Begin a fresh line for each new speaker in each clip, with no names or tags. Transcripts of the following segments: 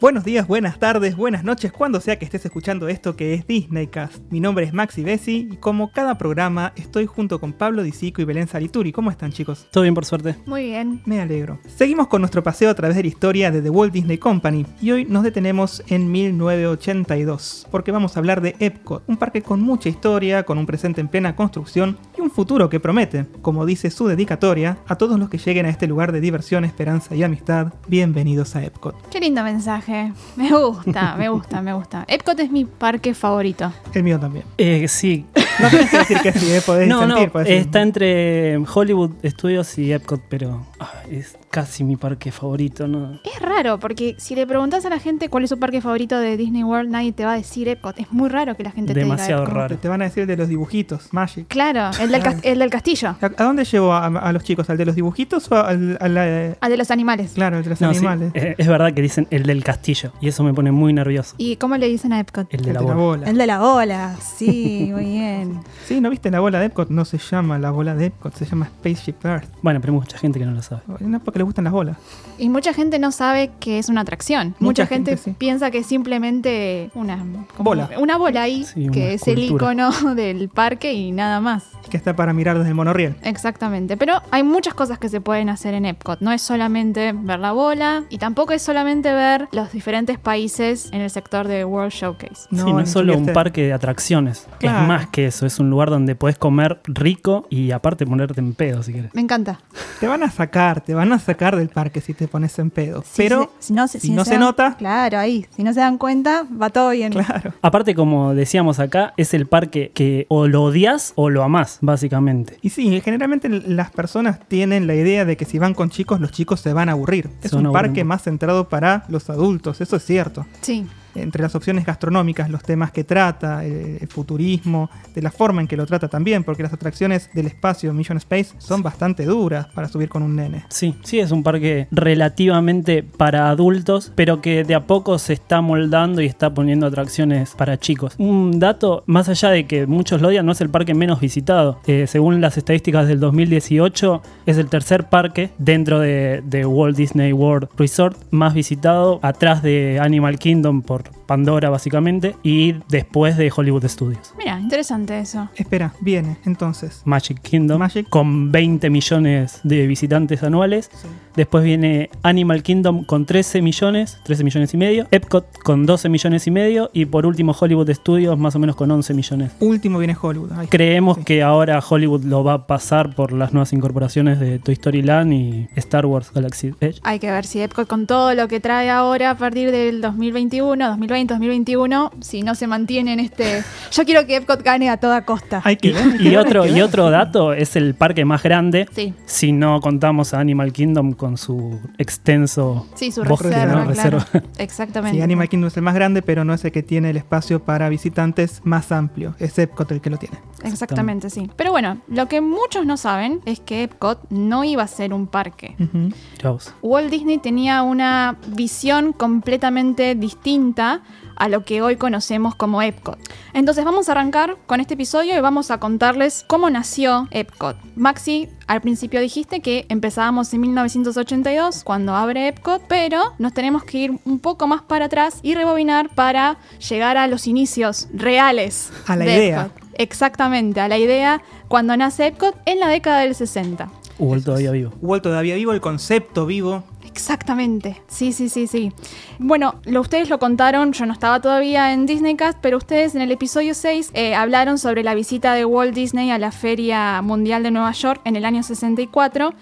Buenos días, buenas tardes, buenas noches, cuando sea que estés escuchando esto que es Disneycast. Mi nombre es Maxi Bessi y como cada programa estoy junto con Pablo Disico y Belén Salituri. ¿Cómo están chicos?
Todo bien, por suerte.
Muy bien.
Me alegro. Seguimos con nuestro paseo a través de la historia de The Walt Disney Company y hoy nos detenemos en 1982 porque vamos a hablar de Epcot, un parque con mucha historia, con un presente en plena construcción y un futuro que promete, como dice su dedicatoria, a todos los que lleguen a este lugar de diversión, esperanza y amistad, bienvenidos a Epcot.
Qué lindo mensaje. Me gusta, me gusta, me gusta. Epcot es mi parque favorito.
El mío también.
Eh, sí.
No tenés que decir que sí, ¿eh? podés
no,
sentir,
no,
podés decir.
está entre Hollywood Studios y Epcot, pero ah, es casi mi parque favorito, ¿no?
Es raro, porque si le preguntas a la gente cuál es su parque favorito de Disney World, nadie te va a decir Epcot. Es muy raro que la gente
Demasiado
te diga Epcot.
raro.
Te van a decir de los dibujitos, Magic.
Claro, el del, cas- el del castillo,
¿A a dónde llevo a, a los chicos? ¿Al de los dibujitos o al, a la, eh,
al de los animales.
claro, al de los
No, sí,
animales?
eh, es verdad que dicen el del castillo y eso me pone muy nervioso.
¿Y cómo le dicen a Epcot?
El
El
de la
de la
bola.
bola.
El de la ola, sí, muy bien.
Sí, ¿no viste la bola de Epcot? No se llama la bola de Epcot, se llama Spaceship Earth.
Bueno, pero hay mucha gente que no lo sabe.
No porque le gustan las bolas.
Y mucha gente no sabe que es una atracción.
Mucha
Mucha, gente,
gente sí.
piensa que es simplemente una
Bola.
Una bola ahí,
Sí, una
que es el
escultura.
icono del parque y nada más.
Es que está para mirar desde el monorriel.
Exactamente, pero hay muchas cosas que se pueden hacer en Epcot. No es solamente ver la bola y tampoco es solamente ver los diferentes países en el sector de World Showcase.
sí, no es solo un
subirte-
parque de atracciones.
Claro.
Es más que eso. Es un lugar donde podés comer rico y aparte ponerte en pedo si quieres.
Me encanta.
Te van a sacar, te van a sacar del parque si te pones en pedo.
Si
Pero
se- si no,
si no se
dan-
nota-
Claro, ahí. Si no se dan cuenta, va todo bien.
Claro.
Aparte, como decíamos acá, es el parque que o lo odias o lo amás, básicamente.
Y sí, generalmente l- las personas tienen la idea de que si van con chicos, los chicos se van a aburrir. Es
Son
un parque
aburridos.
más centrado para los adultos, eso es cierto.
Sí.
Entre las opciones gastronómicas, los temas que trata, eh, el futurismo, de la forma en que lo trata también, porque las atracciones del espacio Mission Space son bastante duras para subir con un nene.
Sí, sí, es un parque relativamente para adultos, pero que de a poco se está moldando y está poniendo atracciones para chicos. Un dato, más allá de que muchos lo odian, no es el parque menos visitado. Eh, según las estadísticas del 2018, es el tercer parque dentro de, de Walt Disney World Resort más visitado, atrás de Animal Kingdom por Pandora básicamente, y después de Hollywood Studios.
Mira, interesante eso.
Espera, viene, entonces.
Magic Kingdom
Magic.
con 20 millones de visitantes anuales. Después viene Animal Kingdom con 13 millones, 13 millones y medio. Epcot con 12 millones y medio. Y por último Hollywood Studios más o menos con 11 millones.
Último viene Hollywood. Ay,
Creemos
Sí.
que ahora Hollywood lo va a pasar por las nuevas incorporaciones de Toy Story Land y Star Wars Galaxy Edge.
Hay que ver si Epcot con todo lo que trae ahora a partir del 2021, 2020, 2021, si no se mantiene en este... Yo quiero que Epcot gane a toda costa.
Hay que ver, hay que
Y
ver,
otro,
hay que
y
ver.
otro dato es el parque más grande.
Sí.
Si no contamos a Animal Kingdom con su extenso
Sí, su
bosque,
reserva,
¿no?
claro.
Reserva.
Exactamente.
Sí, Animal Kingdom es el más grande, pero no es el que tiene el espacio para visitantes más amplio. Es Epcot el que lo tiene.
Exactamente, sí. Pero bueno, lo que muchos no saben es que Epcot no iba a ser un parque.
Ujú.
Mirá vos.
Walt Disney tenía una visión completamente distinta a lo que hoy conocemos como Epcot. Entonces vamos a arrancar con este episodio y vamos a contarles cómo nació Epcot. Maxi, al principio dijiste que empezábamos en 1982 cuando abre Epcot, pero nos tenemos que ir un poco más para atrás y rebobinar para llegar a los inicios reales.
A la
de
idea.
Epcot. Exactamente, a la idea cuando nace Epcot en la década del 60.
Walt todavía vivo.
Walt todavía vivo, el concepto vivo.
Exactamente. Sí, sí, sí, sí. Bueno, lo, ustedes lo contaron, yo no estaba todavía en Disneycast, pero ustedes en el episodio 6 eh, hablaron sobre la visita de Walt Disney a la Feria Mundial de Nueva York en el año 64.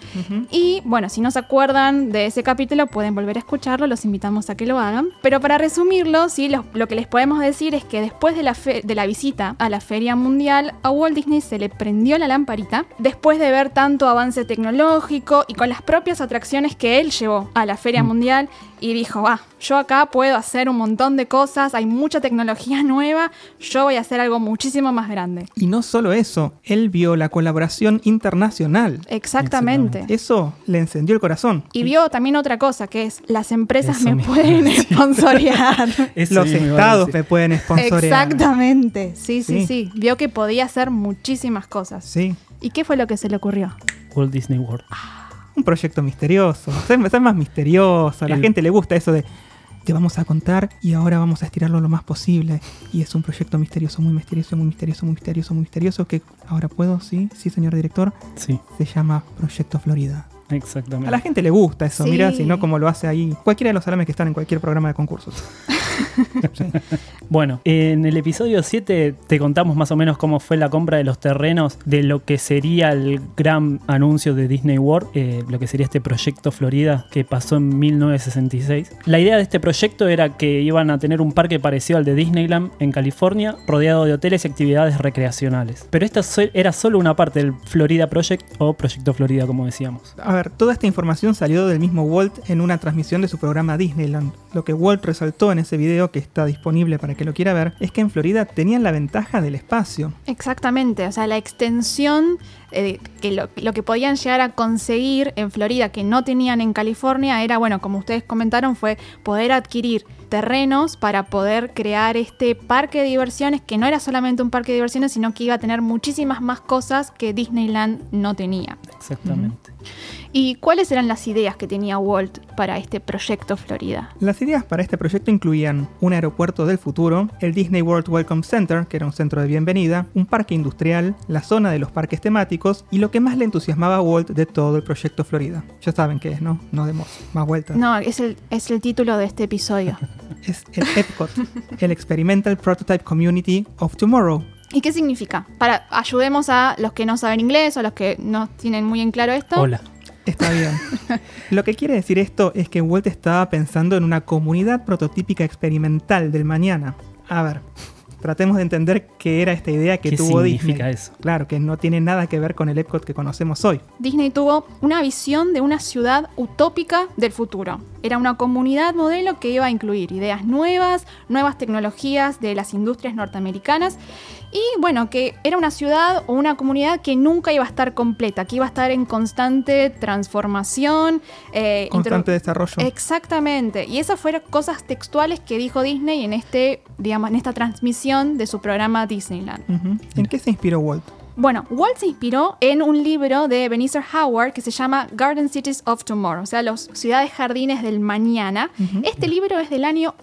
Y bueno, si no se acuerdan de ese capítulo, pueden volver a escucharlo, los invitamos a que lo hagan. Pero para resumirlo, sí, lo, lo que les podemos decir es que después de la, fe- de la visita a la Feria Mundial, a Walt Disney se le prendió la lamparita después de ver tanto avance tecnológico y con las propias atracciones que él llevó a la Feria Mundial y dijo, va, yo acá puedo hacer un montón de cosas, hay mucha tecnología nueva, yo voy a hacer algo muchísimo más grande.
Y no solo eso, él vio la colaboración internacional.
Exactamente.
Eso le encendió el corazón.
Y vio también otra cosa, que es, las empresas
Eso
me
mismo.
pueden sponsorear.
Eso
Los
mismo iba a
estados
decir.
me pueden sponsorear.
Exactamente.
Sí, sí,
Sí.
sí, Vio que podía hacer muchísimas cosas.
Sí.
¿Y qué fue lo que se le ocurrió?
Walt Disney World.
Un proyecto misterioso. Ser, ser más misterioso. A la
El-
gente le gusta eso de. te vamos a contar y ahora vamos a estirarlo lo más posible. Y es un proyecto misterioso, muy misterioso, muy misterioso, muy misterioso, muy misterioso, que ahora puedo, sí, sí, señor director,
Sí,
se llama Proyecto Florida. A
exactamente.
la gente le gusta eso,
Sí.
mira, si no como lo hace ahí cualquiera de los salames que están en cualquier programa de concursos.
Bueno, en el episodio 7 te contamos más o menos cómo fue la compra de los terrenos de lo que sería el gran anuncio de Disney World, eh, lo que sería este proyecto Florida que pasó en 1966. La idea de este proyecto era que iban a tener un parque parecido al de Disneyland en California, rodeado de hoteles y actividades recreacionales. Pero esta so- era solo una parte del Florida Project o Proyecto Florida, como decíamos.
A ver, toda esta información salió del mismo Walt en una transmisión de su programa Disneyland. Lo que Walt resaltó en ese video, que está disponible para que lo quiera ver, es que en Florida tenían la ventaja del espacio.
Exactamente, o sea, la extensión, eh, que lo, lo que podían llegar a conseguir en Florida que no tenían en California era, bueno, como ustedes comentaron, fue poder adquirir terrenos para poder crear este parque de diversiones, que no era solamente un parque de diversiones, sino que iba a tener muchísimas más cosas que Disneyland no tenía.
Exactamente.
¿Y cuáles eran las ideas que tenía Walt para este proyecto Florida?
Las ideas para este proyecto incluían un aeropuerto del futuro, el Disney World Welcome Center, que era un centro de bienvenida, un parque industrial, la zona de los parques temáticos y lo que más le entusiasmaba a Walt de todo el proyecto Florida. Ya saben qué es, ¿no? No demos más vueltas.
No, es el, es el título de este episodio.
Es el EPCOT, el Experimental Prototype Community of Tomorrow,
¿Y qué significa? Para ayudemos a los que no saben inglés o los que no tienen muy en claro esto.
Hola.
Está bien. Lo que quiere decir esto es que Walt estaba pensando en una comunidad prototípica experimental del mañana. A ver, tratemos de entender qué era esta idea que
¿Qué
tuvo
significa
Disney.
eso?
Claro, que no tiene nada que ver con el Epcot que conocemos hoy.
Disney tuvo una visión de una ciudad utópica del futuro. Era una comunidad modelo que iba a incluir ideas nuevas, nuevas tecnologías de las industrias norteamericanas y bueno, que era una ciudad o una comunidad que nunca iba a estar completa, que iba a estar en constante transformación. eh,
Constante
introdu-
desarrollo.
Exactamente. Y esas fueron cosas textuales que dijo Disney en, este, digamos, en esta transmisión de su programa Disneyland.
Ujú. ¿En qué se inspiró Walt?
Bueno, Walt se inspiró en un libro de Ebenezer Howard que se llama Garden Cities of Tomorrow, o sea, los ciudades jardines del mañana. Este libro es del año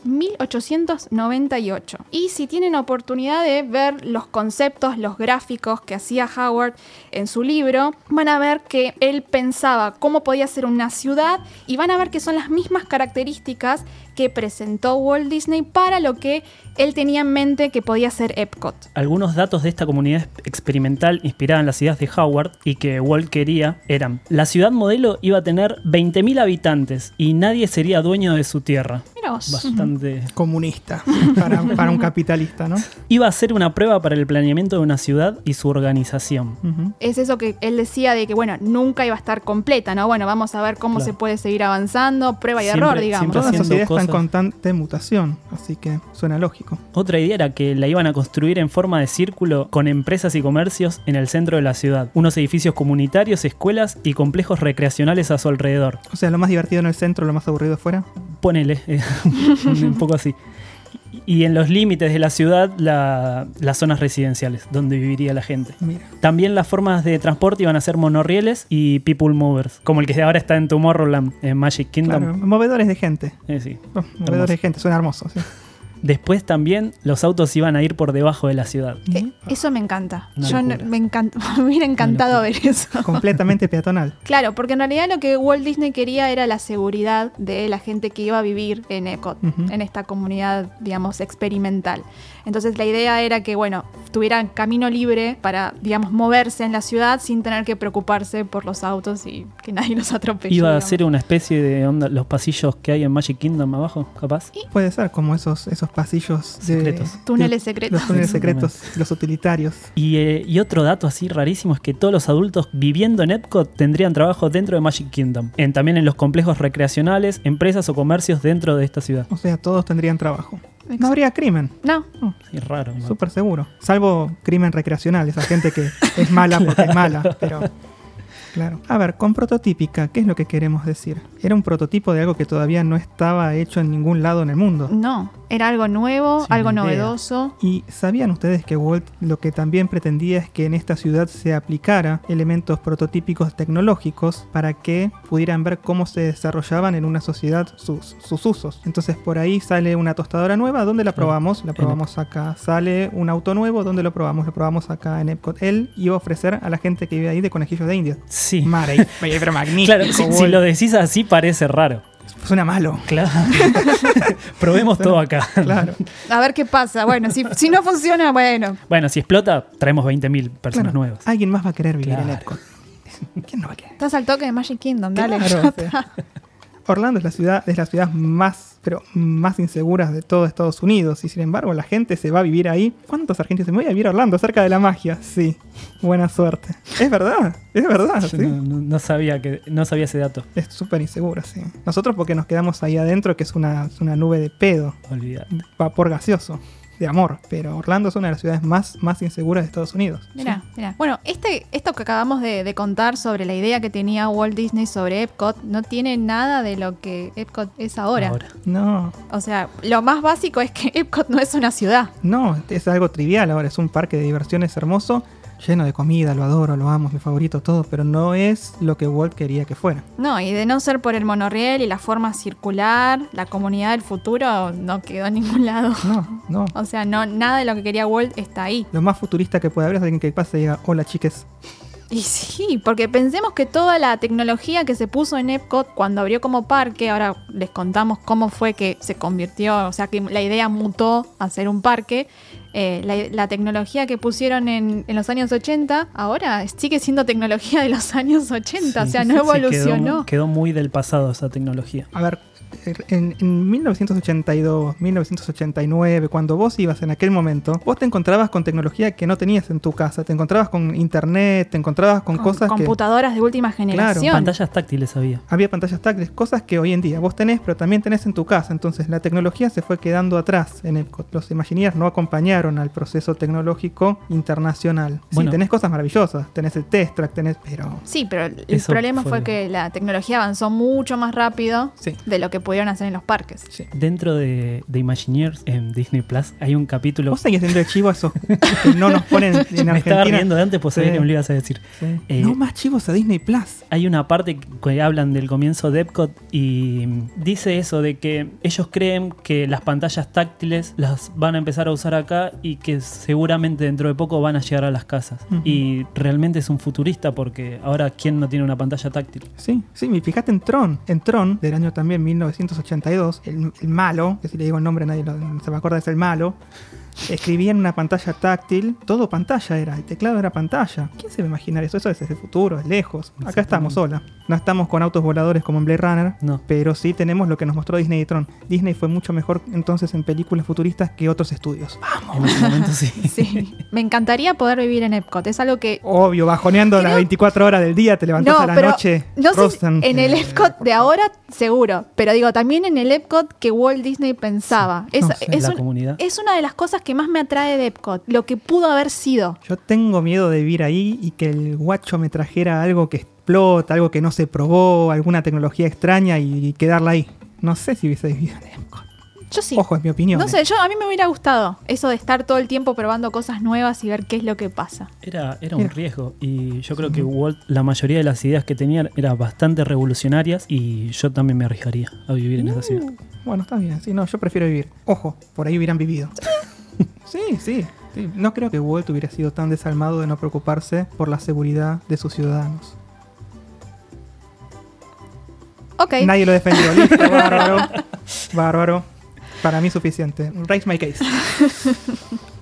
1898. Y si tienen oportunidad de ver los conceptos, los gráficos que hacía Howard en su libro, van a ver que él pensaba cómo podía ser una ciudad y van a ver que son las mismas características que presentó Walt Disney para lo que él tenía en mente que podía ser Epcot.
Algunos datos de esta comunidad experimental inspirada en las ideas de Howard y que Walt quería eran: la ciudad modelo iba a tener 20.000 habitantes y nadie sería dueño de su tierra.
Mira vos.
Bastante.
Comunista, para, para un capitalista, ¿no?
Iba a ser una prueba para el planeamiento de una ciudad y su organización.
Ujú.
es eso que él decía de que, bueno, nunca iba a estar completa, ¿no? Bueno, vamos a ver cómo
Claro.
se puede seguir avanzando, prueba y
Siempre-
error, digamos.
siempre
Todas las
haciendo
ideas están en
cosas.
constante mutación, así que suena lógico.
Otra idea era que la iban a construir en forma de círculo con empresas y comercios en el centro de la ciudad, unos edificios comunitarios, escuelas y complejos recreacionales a su alrededor.
O sea, lo más divertido en el centro, lo más aburrido afuera.
ponele, eh, un poco así. Y en los límites de la ciudad, la- las zonas residenciales, donde viviría la gente.
Mira.
También las formas de transporte iban a ser monorrieles y people movers, como el que ahora está en Tomorrowland, en Magic Kingdom.
Claro, movedores de gente.
Eh, sí.
Oh, movedores de gente, suena hermoso. sí.
Después también los autos iban a ir por debajo de la ciudad.
Ujú.
Eh,
Eso me encanta.
Una
Yo no-
locura.
me, encanta, me hubiera encantado ver eso.
completamente peatonal.
Claro, porque en realidad lo que Walt Disney quería era la seguridad de la gente que iba a vivir en Epcot,
Ujú.
en esta comunidad, digamos, experimental. Entonces la idea era que, bueno, tuvieran camino libre para, digamos, moverse en la ciudad sin tener que preocuparse por los autos y que nadie los atropelle.
Iba a
digamos.
ser una especie de onda, los pasillos que hay en Magic Kingdom abajo, capaz.
Puede ser como esos, esos pasillos de-
Secretos.
Túneles
de-
secretos.
Los túneles
Exactamente.
secretos, los utilitarios.
Y, eh, y otro dato así rarísimo es que todos los adultos viviendo en Epcot tendrían trabajo dentro de Magic Kingdom. En, también en los complejos recreacionales, empresas o comercios dentro de esta ciudad.
O sea, todos tendrían trabajo.
Exacto.
No habría crimen,
No,
Sí, raro. ¿no?
súper seguro. Salvo crimen recreacional, esa gente que es mala porque es mala, pero. Claro. A ver, con prototípica, ¿qué es lo que queremos decir? Era un prototipo de algo que todavía no estaba hecho en ningún lado en el mundo.
no. Era algo nuevo,
Sin
algo
idea.
novedoso.
¿Y sabían ustedes que Walt lo que también pretendía es que en esta ciudad se aplicara elementos prototípicos tecnológicos para que pudieran ver cómo se desarrollaban en una sociedad sus, sus usos? Entonces por ahí sale una tostadora nueva, ¿dónde la
Claro.
probamos? La
En
probamos acá. Sale un auto nuevo, ¿dónde lo probamos? Lo probamos acá en Epcot. Él iba a ofrecer a la gente que vive ahí de conejillos de India.
Sí.
Mare, mare, pero magnífico.
Claro, si,
Walt.
si lo decís así parece raro.
Suena malo.
Claro. Probemos todo acá.
Claro.
A ver qué pasa. Bueno, si, si no funciona, bueno.
Bueno, si explota, traemos 20.000 personas
Claro,
nuevas.
Alguien más va a querer vivir en
Claro.
Epcot. ¿Quién no va a querer?
Estás al toque de Magic Kingdom, dale.
Claro, o sea, Orlando es la ciudad, es la ciudad más, pero más insegura de todo Estados Unidos. Y sin embargo, la gente se va a vivir ahí. ¿Cuántos argentinos se me voy a vivir a Orlando cerca de la magia? Sí. Buena suerte. Es verdad, es verdad,
Yo
Ah, sí.
no, no- no sabía que, no sabía ese dato.
Es súper insegura, sí. Nosotros porque nos quedamos ahí adentro, que es una, es una nube de pedo,
Olvidar.
vapor gaseoso, de amor. Pero Orlando es una de las ciudades más, más inseguras de Estados Unidos.
Mirá, mirá. Bueno, este, esto que acabamos de, de contar sobre la idea que tenía Walt Disney sobre Epcot no tiene nada de lo que Epcot es ahora.
Ahora.
No,
O sea, lo más básico es que Epcot no es una ciudad.
No, es algo trivial ahora, es un parque de diversiones hermoso, lleno de comida, lo adoro, lo amo, es mi favorito, todo, pero no es lo que Walt quería que fuera.
No, y de no ser por el monorriel y la forma circular, la comunidad del futuro no quedó en ningún lado.
No, no.
O sea, no, nada de lo que quería Walt está ahí.
Lo más futurista que puede haber es alguien que pase y diga, hola chiques.
Y sí, porque pensemos que toda la tecnología que se puso en Epcot cuando abrió como parque, ahora les contamos cómo fue que se convirtió, o sea, que la idea mutó a ser un parque. eh, la, la tecnología que pusieron en, en los años 80, ahora sigue siendo tecnología de los años 80, o
Sí,
sea, no
sí, sí, quedó- Quedó,
evolucionó.
muy del pasado esa tecnología.
A ver, en, en 1982, 1989, cuando vos ibas en aquel momento, vos te encontrabas con tecnología que no tenías en tu casa, te encontrabas con internet, te encontrabas con,
Con
cosas que...
computadoras de última generación.
Pantallas táctiles había.
Había pantallas táctiles, cosas que hoy en día vos tenés, pero también tenés en tu casa. Entonces la tecnología se fue quedando atrás en Epcot. Los Imagineers no acompañaron al proceso tecnológico internacional.
Bueno.
Sí, tenés cosas maravillosas, tenés el Test Track, tenés. Pero.
Sí, pero el
Eso
problema
fue
fue,
lo-
que la tecnología avanzó mucho más rápido
Sí.
de lo que pudieron hacer en los parques.
Sí.
Dentro de, de Imagineers en Disney Plus hay un capítulo.
Vos seguís haciendo el chivo a esos que no nos ponen en Argentina.
Me estaba riendo de antes por saber
Sí.
que me lo ibas a decir.
Sí.
Eh,
no más chivos a Disney Plus.
Hay una parte que hablan del comienzo de Epcot y dice eso de que ellos creen que las pantallas táctiles las van a empezar a usar acá y que seguramente dentro de poco van a llegar a las casas.
Ujú.
Y realmente es un futurista porque ahora quién no tiene una pantalla táctil.
Sí, sí, y fíjate en Tron. En Tron, del año también 1982, el, el malo, que si le digo el nombre nadie lo- se me acuerda, es el malo, escribía en una pantalla táctil, todo pantalla era, el teclado era pantalla. ¿Quién se va a imaginar eso? Eso es el futuro, es lejos. Acá estamos sola. No estamos con autos voladores como en Blade Runner,
No.
pero sí tenemos lo que nos mostró Disney y Tron. Disney fue mucho mejor entonces en películas futuristas que otros estudios.
En ese momento sí.
Sí, me encantaría poder vivir en Epcot. Es algo que.
Obvio, bajoneando las
Creo-
24 horas del día, te levantás
no,
a la
pero
noche.
no sé si
Rosen,
en el
eh,
Epcot de ahora, seguro. Pero digo, también en el Epcot que Walt Disney pensaba. Es,
No sé,
es
la
un-
comunidad.
es una de las cosas que más me atrae de Epcot. Lo que pudo haber sido.
Yo tengo miedo de vivir ahí y que el guacho me trajera algo que explota, algo que no se probó, alguna tecnología extraña y, y quedarla ahí. No sé si hubiese vivido en Epcot.
Yo sí.
Ojo, es mi opinión.
no
eh.
sé, yo a mí me hubiera gustado eso de estar todo el tiempo probando cosas nuevas y ver qué es lo que pasa.
Era, era un riesgo y yo creo que Walt la mayoría de las ideas que tenía eran bastante revolucionarias y yo también me arriesgaría a vivir en esa ciudad.
Bueno, está bien. Sí, no, yo prefiero vivir. Ojo, por ahí hubieran vivido. Sí, sí. sí. No creo que Walt hubiera sido tan desalmado de no preocuparse por la seguridad de sus ciudadanos.
Ok.
Nadie lo defendió. Listo, bárbaro. Bárbaro. Para mí suficiente. Raise my case.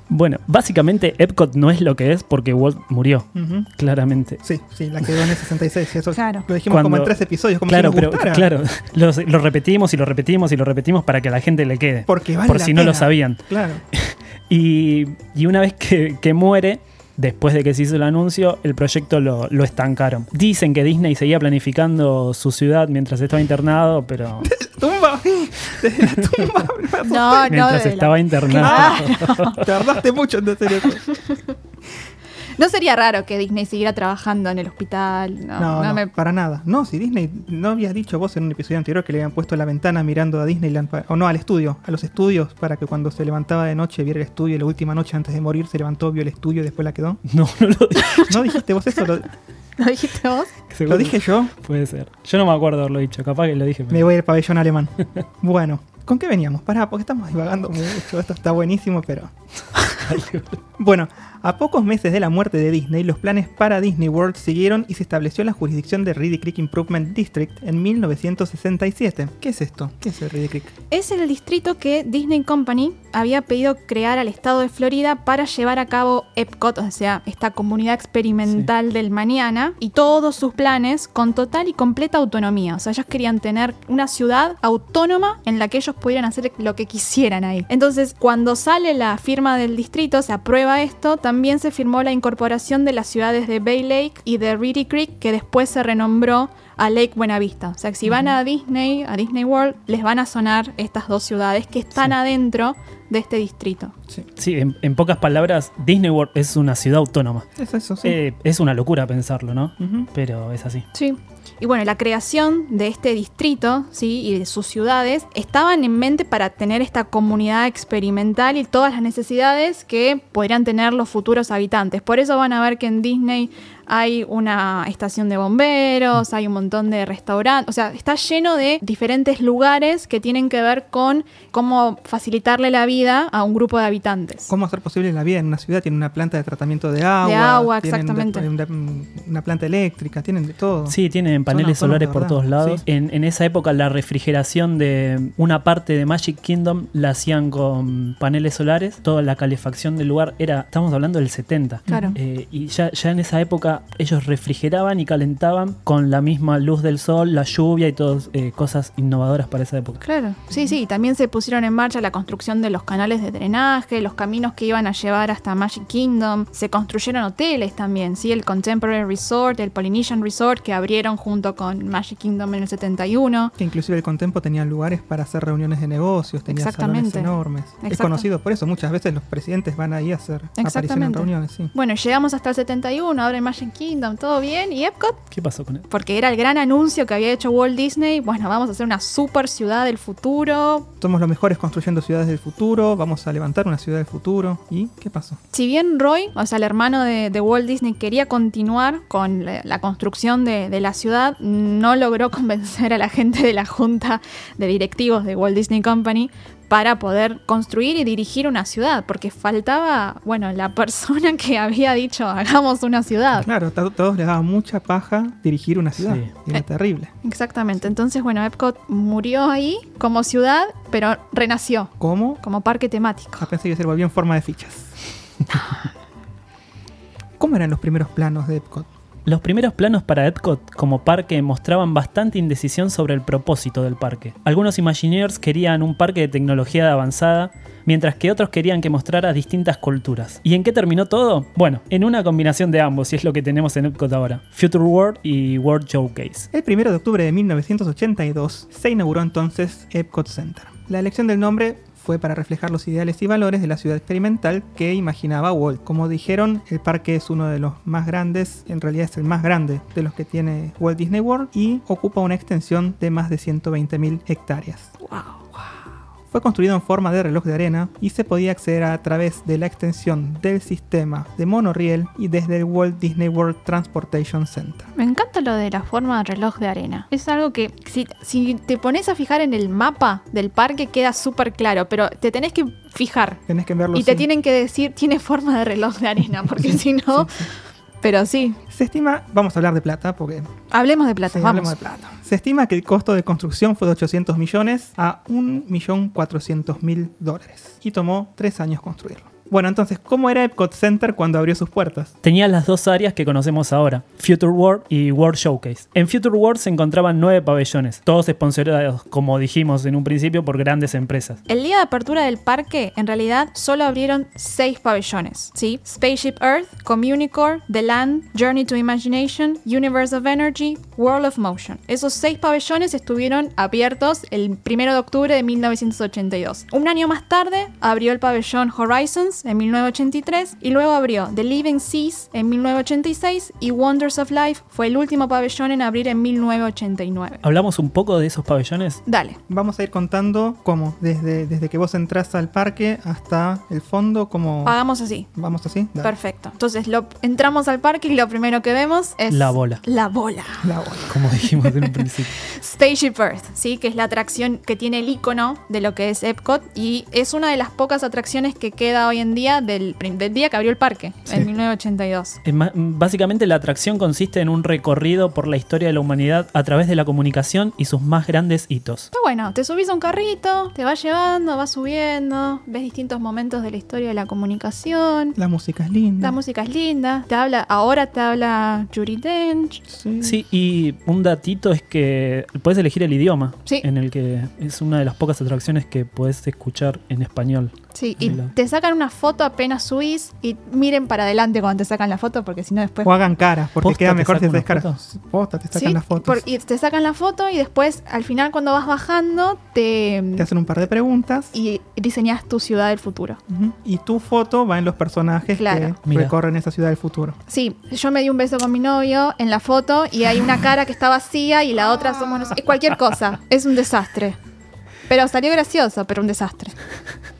Bueno, básicamente Epcot no es lo que es porque Walt murió,
Ujú.
claramente.
Sí, sí, la quedó en el 66. Eso
Claro.
Lo dijimos
Cuando-
como en tres episodios, como
claro,
si nos
pero
gustara.
claro, lo, lo repetimos y lo repetimos y lo repetimos para que a la gente le quede.
Porque vale
por
la
si no
pena.
lo sabían.
Claro.
Y, y una vez que, que muere, después de que se hizo el anuncio, el proyecto lo, lo estancaron. Dicen que Disney seguía planificando su ciudad mientras estaba internado, pero
Tumba, desde la tumba. me
Ah, No, no,
mientras
de la- Ah.
Ah.
estaba internado.
asusté. Tardaste mucho en decir eso.
no, No sería raro que Disney siguiera trabajando en el hospital. No,
No,
no
no,
me-
para nada. No, si Disney, no habías dicho vos en un episodio anterior que le habían puesto la ventana mirando a Disneyland, pa- o no, al estudio, a los estudios, para que cuando se levantaba de noche viera el estudio, y la última noche antes de morir se levantó, vio el estudio y después la quedó.
No, no lo dije.
¿No dijiste vos eso? ¿Lo,
¿Lo dijiste vos?
lo dije yo?
Puede ser. Yo no me acuerdo haberlo dicho, capaz que lo dije. pero-
Me voy al pabellón alemán. Bueno, ¿con qué veníamos? Pará, porque estamos divagando mucho, esto está buenísimo, pero... Bueno, a pocos meses de la muerte de Disney, los planes para Disney World siguieron y se estableció la jurisdicción de Reedy Creek Improvement District en 1967. ¿Qué es esto? ¿Qué es el Reedy Creek?
Es el distrito que Disney Company había pedido crear al estado de Florida para llevar a cabo Epcot, o sea, esta comunidad experimental del mañana, y todos sus planes con total y completa autonomía. O sea, ellos querían tener una ciudad autónoma en la que ellos pudieran hacer lo que quisieran ahí. Entonces, cuando sale la firma del distrito, se aprueba esto, también se firmó la incorporación de las ciudades de Bay Lake y de Reedy Creek, que después se renombró a Lake Buenavista. O sea, que si van a Disney, a Disney World, les van a sonar estas dos ciudades que están
Sí.
adentro de este distrito.
Sí, en, en pocas palabras, Disney World es una ciudad autónoma.
Es eso, sí.
Eh, es una locura pensarlo, ¿no?
Ujú.
Pero es así.
Sí. Y bueno, la creación de este distrito, ¿sí? Y de sus ciudades, estaban en mente para tener esta comunidad experimental y todas las necesidades que podrían tener los futuros habitantes. Por eso van a ver que en Disney hay una estación de bomberos, hay un montón de restaurantes, o sea, está lleno de diferentes lugares que tienen que ver con cómo facilitarle la vida a un grupo de habitantes.
¿Cómo hacer posible la vida en una ciudad? Tienen una planta de tratamiento de agua.
agua,
tienen de-
exactamente.
Una, una planta eléctrica, tienen de todo.
Sí, tienen paneles
Oh. Son autónomos
solares
de
por
verdad,
todos lados.
sí.
En, en esa época la refrigeración de una parte de Magic Kingdom la hacían con paneles solares. Toda la calefacción del lugar era, estamos hablando del 70.
Claro.
Eh, y ya, ya en esa época ellos refrigeraban y calentaban con la misma luz del sol, la lluvia y todas eh, cosas innovadoras para esa época.
Claro, sí, sí, también se pusieron en marcha la construcción de los canales de drenaje, los caminos que iban a llevar hasta Magic Kingdom, se construyeron hoteles también, sí, el Contemporary Resort, el Polynesian Resort que abrieron junto con Magic Kingdom en el 71.
Que inclusive el Contempo tenía lugares para hacer reuniones de negocios, tenía salones
Exactamente.
enormes. Es
Exacto.
conocido por eso, muchas veces los presidentes van ahí a hacer apariciones en
Exactamente.
reuniones, sí.
Bueno, llegamos hasta el 71, ahora en Magic Kingdom, todo bien, y Epcot,
¿Qué pasó con él?
porque era el gran anuncio que había hecho Walt Disney, bueno, vamos a hacer una super ciudad del futuro,
Somos los mejores construyendo ciudades del futuro, vamos a levantar una ciudad del futuro. ¿Y qué pasó?
Si bien Roy, o sea, el hermano de, de Walt Disney, quería continuar con la, la construcción de, de la ciudad, no logró convencer a la gente de la junta de directivos de Walt Disney Company para poder construir y dirigir una ciudad, porque faltaba, bueno, la persona que había dicho, hagamos una ciudad.
Claro, a todos les daba mucha paja dirigir una ciudad.
Sí.
Era
Eh.
terrible.
Exactamente, entonces, bueno, Epcot murió ahí como ciudad, pero renació
¿Cómo?
como parque temático.
Ah, pensé que se volvió en forma de fichas. ¿Cómo eran los primeros planos de Epcot?
Los primeros planos para Epcot como parque mostraban bastante indecisión sobre el propósito del parque. Algunos Imagineers querían un parque de tecnología avanzada, mientras que otros querían que mostrara distintas culturas. ¿Y en qué terminó todo? Bueno, en una combinación de ambos, y es lo que tenemos en Epcot ahora. Future World y World Showcase.
El 1 de octubre de 1982 se inauguró entonces Epcot Center. La elección del nombre fue para reflejar los ideales y valores de la ciudad experimental que imaginaba Walt. Como dijeron, el parque es uno de los más grandes, en realidad es el más grande de los que tiene Walt Disney World y ocupa una extensión de más de 120.000 hectáreas. Fue construido en forma de reloj de arena y se podía acceder a través de la extensión del sistema de monorriel y desde el Walt Disney World Transportation Center.
Me encanta lo de la forma de reloj de arena. Es algo que si, si te pones a fijar en el mapa del parque queda súper claro, pero te tenés que fijar.
Tenés que verlo
Y te
sí.
tienen que decir, tiene forma de reloj de arena, porque si no... Pero sí,
Se estima, vamos a hablar de plata, porque
hablemos de plata,
sí,
vamos.
hablemos de plata. Se estima que el costo de construcción fue de 800 millones a 1.400.000 dólares y tomó tres años construirlo. Bueno, entonces, ¿cómo era Epcot Center cuando abrió sus puertas?
tenía las dos áreas que conocemos ahora, Future World y World Showcase. En Future World se encontraban nueve pabellones, todos esponsorados, como dijimos en un principio, por grandes empresas.
El día de apertura del parque, en realidad, solo abrieron seis pabellones, ¿sí? Spaceship Earth, Communicore, The Land, Journey to Imagination, Universe of Energy, World of Motion. Esos seis pabellones estuvieron abiertos el 1 de octubre de 1982. Un año más tarde, abrió el pabellón Horizons, Worlds en 1983 y luego abrió The Living Seas en 1986 y Wonders of Life fue el último pabellón en abrir en 1989.
¿Hablamos un poco de esos pabellones?
Dale.
Vamos a ir contando cómo, desde, desde que vos entras al parque hasta el fondo, cómo...
Hagamos así.
Vamos así. Dale.
Ah. Perfecto. Entonces lo, entramos al parque y lo primero que vemos es...
La bola.
La bola.
La bola.
Como dijimos en un principio.
Starship Earth, ¿sí? que es la atracción que tiene el icono de lo que es Epcot y es una de las pocas atracciones que queda hoy en día del, prim- del día que abrió el parque,
Sí.
en 1982.
Es ma- Básicamente la atracción consiste en un recorrido por la historia de la humanidad a través de la comunicación y sus más grandes hitos.
Está bueno, te subís a un carrito, te vas llevando, vas subiendo, ves distintos momentos de la historia de la comunicación.
La música es linda.
La música es linda, te habla, ahora te habla Yuri Dench.
Sí.
Sí, y un datito es que puedes elegir el idioma
Sí.
en el que es una de las pocas atracciones que puedes escuchar en español.
Sí, y
Mira.
te sacan una foto apenas subís y miren para adelante cuando te sacan la foto porque si no después...
O hagan caras, porque
¿Posta
queda
te
mejor si
sacan
haces
una
caras.
foto?
Sí, Posta, te sacan
Sí,
las fotos.
por- y te sacan la foto y después al final cuando vas bajando te,
Te hacen un par de preguntas. Y,
y diseñas tu ciudad del futuro.
y tu foto va en los personajes
Claro.
que
Mira.
recorren esa ciudad del futuro.
Sí, yo me di un beso con mi novio en la foto y hay una cara que está vacía y la otra somos nosotros. Cualquier cosa. Es un desastre. Pero salió gracioso, pero un desastre.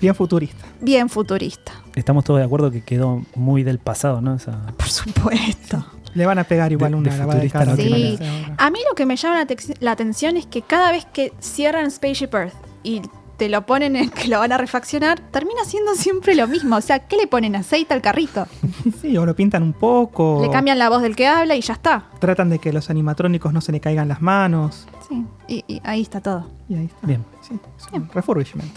Bien futurista.
Bien futurista.
Estamos todos de acuerdo que quedó muy del pasado, ¿no? Esa-
Por supuesto.
Le van a pegar igual
De-
una
de
lavada de
futurista
cara. Ah,
no
que
tiene
van a hacer ahora.
A mí lo que me llama la, tex- la atención es que cada vez que cierran Spaceship Earth y te lo ponen en que lo van a refaccionar, termina siendo siempre lo mismo. O sea, ¿qué le ponen? Aceite al carrito.
Sí, o lo pintan un poco.
Le cambian la voz del que habla y ya está.
Tratan de que los animatrónicos no se le caigan las manos.
Sí, y- y ahí está todo.
Y ahí está.
Bien.
Sí, es un refurbishment.